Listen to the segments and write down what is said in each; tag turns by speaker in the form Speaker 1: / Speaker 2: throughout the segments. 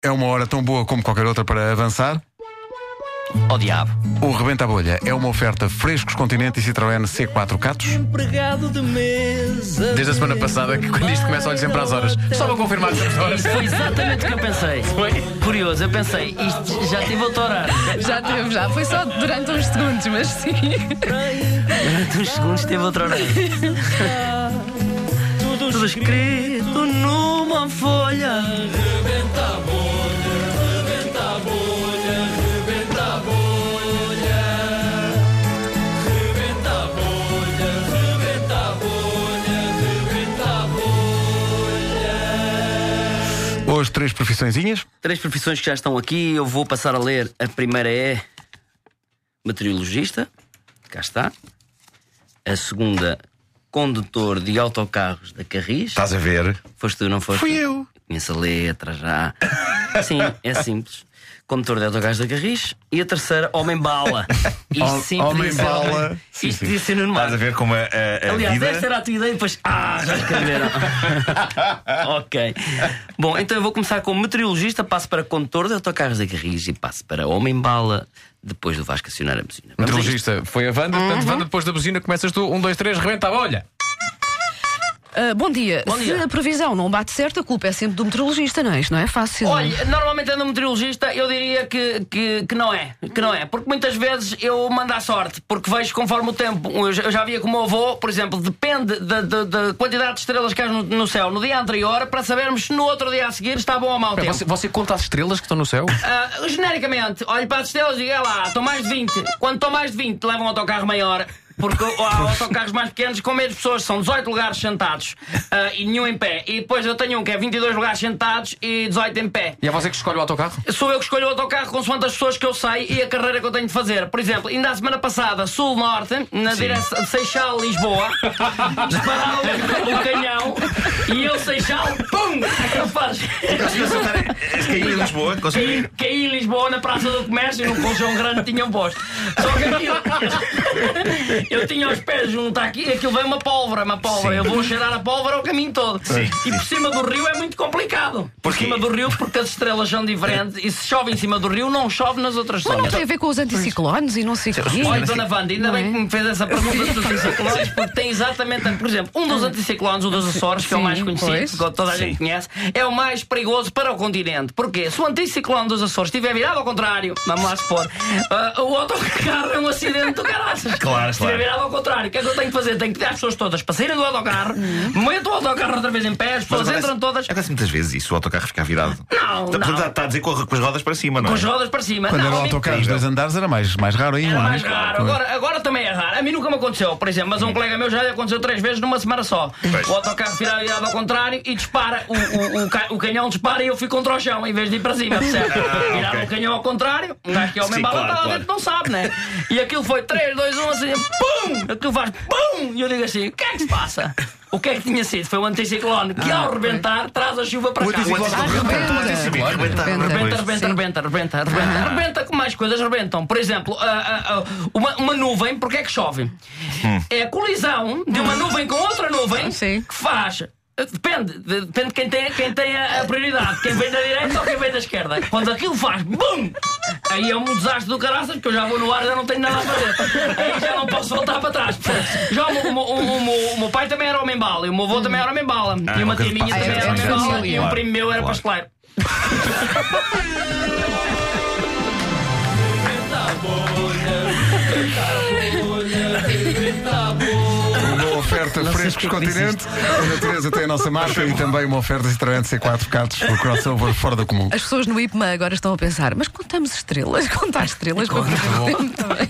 Speaker 1: É uma hora tão boa como qualquer outra para avançar.
Speaker 2: Ó diabo.
Speaker 1: O Rebenta a Bolha é uma oferta Frescos Continente e Citroën C4 Catos.
Speaker 3: empregado de mesa.
Speaker 4: Desde a semana passada que quando isto começa olho sempre às horas. Só para confirmar que estamos horas.
Speaker 2: Isso foi exatamente o que eu pensei. Curioso, eu pensei, isto já tive outro horário.
Speaker 5: Já teve, já. Foi só durante uns segundos, mas sim.
Speaker 2: Durante uns segundos teve outro horário. Tudo escrito numa folha.
Speaker 1: Hoje, três profissõezinhas.
Speaker 2: Três profissões que já estão aqui, eu vou passar a ler. A primeira é meteorologista, cá está. A segunda, condutor de autocarros da Carris.
Speaker 4: Estás a ver?
Speaker 2: Foste tu, não foste?
Speaker 1: Tá. Fui eu.
Speaker 2: Conheço a letra já. Sim, é simples. Condutor de autocarros da Carris. E a terceira, Homem-Bala. Isto sim podia
Speaker 1: Homem
Speaker 2: ser-
Speaker 1: Bala.
Speaker 4: Sim,
Speaker 2: Isto
Speaker 4: sim.
Speaker 2: podia ser no
Speaker 4: Estás a ver como a, a- a
Speaker 2: Aliás,
Speaker 4: vida.
Speaker 2: esta era a tua ideia e depois. Ah, já escreveram. ok. Bom, então eu vou começar com meteorologista, passo para condutor de autocarros da Carris e passo para Homem-Bala, depois do Vasco acionar a buzina. Vamos a isto. Uhum.
Speaker 4: Meteorologista foi a Wanda, portanto, Wanda, depois da buzina começas tu, um, dois, três, rebenta a bolha.
Speaker 5: Ah, bom dia.
Speaker 2: Bom dia.
Speaker 5: Se a previsão não bate certo, a culpa é sempre do meteorolista, não é? Isto não é fácil.
Speaker 2: Olha, normalmente ando um meteorologista, eu diria que, que, que não é. Que não é. Porque muitas vezes eu mando à sorte, porque vejo conforme o tempo. Eu já- eu já via com o meu avô, por exemplo, depende da, da- da quantidade de estrelas que há no, no céu no dia anterior para sabermos se no outro dia a seguir está bom ou mau tempo.
Speaker 4: Você, você conta as estrelas que estão no céu?
Speaker 2: Ah, genericamente, olho para as estrelas e digo, é lá, estão mais de 20. Quando estão mais de 20, levam um autocarro maior. Porque há autocarros mais pequenos com menos pessoas, são 18 lugares sentados ah, e nenhum em pé. E depois eu tenho um que é 22 lugares sentados e 18 em pé.
Speaker 4: E é você que escolhe o autocarro?
Speaker 2: Sou eu que escolho o autocarro consoante as pessoas que eu sei e a carreira que eu tenho de fazer. Por exemplo, ainda a semana passada, Sul-Norte, na direção de Seixal-Lisboa, disparava o, o canhão e eu, Seixal, pum! Rapaz,
Speaker 4: Caí em Lisboa,
Speaker 2: caí, caí em Lisboa na Praça do Comércio e no colchão grande tinha um posto. Só que aquilo, eu tinha os pés junto aqui, aquilo veio uma pólvora, uma pólvora. Eu vou cheirar a pólvora o caminho todo. E por cima do rio é muito complicado. Por
Speaker 4: Porquê?
Speaker 2: cima do rio, porque as estrelas são diferentes e se chove em cima do rio, não chove nas outras
Speaker 5: Mas não
Speaker 2: zonas.
Speaker 5: tem a ver com os anticiclones e não sei o quê.
Speaker 2: Olha, Dona Wanda, ainda
Speaker 5: Não
Speaker 2: bem
Speaker 5: é?
Speaker 2: que me fez essa pergunta dos anticiclones, porque tem exatamente, por exemplo, um dos anticiclones, o dos Açores, que é o
Speaker 5: Ah. Sim,
Speaker 2: mais conhecido,
Speaker 5: pois.
Speaker 2: que toda a gente conhece, é o mais perigoso para o continente. Porquê? Se o anticiclone dos Açores estiver virado ao contrário, vamos lá supor, ah, o autocarro é um acidente do caraças.
Speaker 4: Claro,
Speaker 2: Se estiver
Speaker 4: claro.
Speaker 2: virado ao contrário, o que é que eu tenho que fazer? Tenho que pedir às pessoas todas para saírem do autocarro,
Speaker 5: Uhum.
Speaker 2: meto o autocarro outra vez em pé, as pessoas entram todas.
Speaker 6: Acontece muitas vezes isso, o autocarro ficar virado.
Speaker 2: Não,
Speaker 6: Está-
Speaker 2: não.
Speaker 6: Está, está a dizer com, a- com as rodas para cima, não
Speaker 2: Com
Speaker 6: é?
Speaker 2: as rodas para cima.
Speaker 1: Quando
Speaker 2: Não,
Speaker 1: era o
Speaker 2: amigo,
Speaker 1: autocarro dos dois andares era mais, mais raro ainda.
Speaker 2: Era
Speaker 1: não é?
Speaker 2: mais raro. Agora, agora também é raro. A mim nunca me aconteceu, por exemplo, mas a um colega meu já lhe aconteceu três vezes numa semana só. O autocarro vira virado ao contrário e dispara, o, o, o, ca- o canhão dispara e eu fico contra o chão em vez de ir para cima, percebe? Viraram
Speaker 6: ok.
Speaker 2: o canhão ao contrário, um gajo que é homem
Speaker 6: Sim,
Speaker 2: bala,
Speaker 6: claro,
Speaker 2: tá lá
Speaker 6: claro.
Speaker 2: dentro não sabe, né? E aquilo foi 3, 2, 1, assim, pum! Aquilo faz pum! E eu digo assim: o que é que se passa? O que é que tinha sido? Foi um anticiclone que, ao rebentar, traz a chuva
Speaker 6: Um
Speaker 2: para
Speaker 1: O
Speaker 2: cá.
Speaker 1: anticiclone
Speaker 5: Ah, rebenta.
Speaker 6: Sim, arrebenta,
Speaker 5: Arrebenta.
Speaker 6: arrebenta.
Speaker 2: Rebenta, rebenta, rebenta, rebenta, rebenta. Rebenta que mais coisas rebentam. Por exemplo, a- a- a- uma, uma nuvem, porque é que chove?
Speaker 6: Hum.
Speaker 2: É a colisão de uma nuvem com outra nuvem
Speaker 5: Sim.
Speaker 2: que faz. Depende, de- depende de quem tem, quem tem a, a prioridade, quem vem da direita ou quem vem da esquerda. Quando aquilo faz BUM! Aí é um desastre do caraças, porque eu já vou no ar e já não tenho nada a fazer. Aí já não posso voltar para trás. percebes? Já o, meu- o, meu- o, meu- o meu pai também era homem-bala, e o meu avô também era homem-bala, e uma
Speaker 6: ok,
Speaker 2: tia minha
Speaker 6: Ah, passa,
Speaker 2: também era
Speaker 5: é, é,
Speaker 2: homem-bala,
Speaker 5: é,
Speaker 2: e um
Speaker 6: claro,
Speaker 2: primo meu era
Speaker 6: claro.
Speaker 2: pasteleiro.
Speaker 1: Uma oferta Frescos Continente. A natureza tem a nossa marca e também uma oferta Citroën C4 Catos, o crossover fora do comum.
Speaker 5: As pessoas no IPMA agora estão a pensar, mas contamos estrelas, contar estrelas para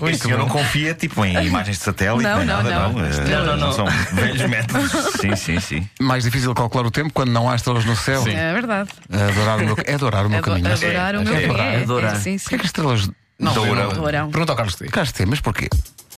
Speaker 5: o
Speaker 6: Isso eu não confia tipo, em imagens de satélite,
Speaker 5: Não,
Speaker 6: nem
Speaker 5: não,
Speaker 6: nada,
Speaker 5: não.
Speaker 6: não. Eh,
Speaker 2: Não, não, não.
Speaker 6: São velhos métodos. sim, sim, sim.
Speaker 1: Mais difícil calcular o tempo quando não há estrelas no céu.
Speaker 5: É verdade.
Speaker 1: Adorar o meu, é adorar o meu
Speaker 5: Ado-
Speaker 1: caminho.
Speaker 5: Adorar o meu
Speaker 6: é,
Speaker 5: é,
Speaker 6: adorar,
Speaker 5: é,
Speaker 2: adorar.
Speaker 1: Porquê
Speaker 5: sim, sim.
Speaker 1: que as estrelas
Speaker 4: Não,
Speaker 6: Douram.
Speaker 4: eu não-
Speaker 5: Douram.
Speaker 4: Pergunta ao Carlos T.
Speaker 1: Cá tem, mas porquê?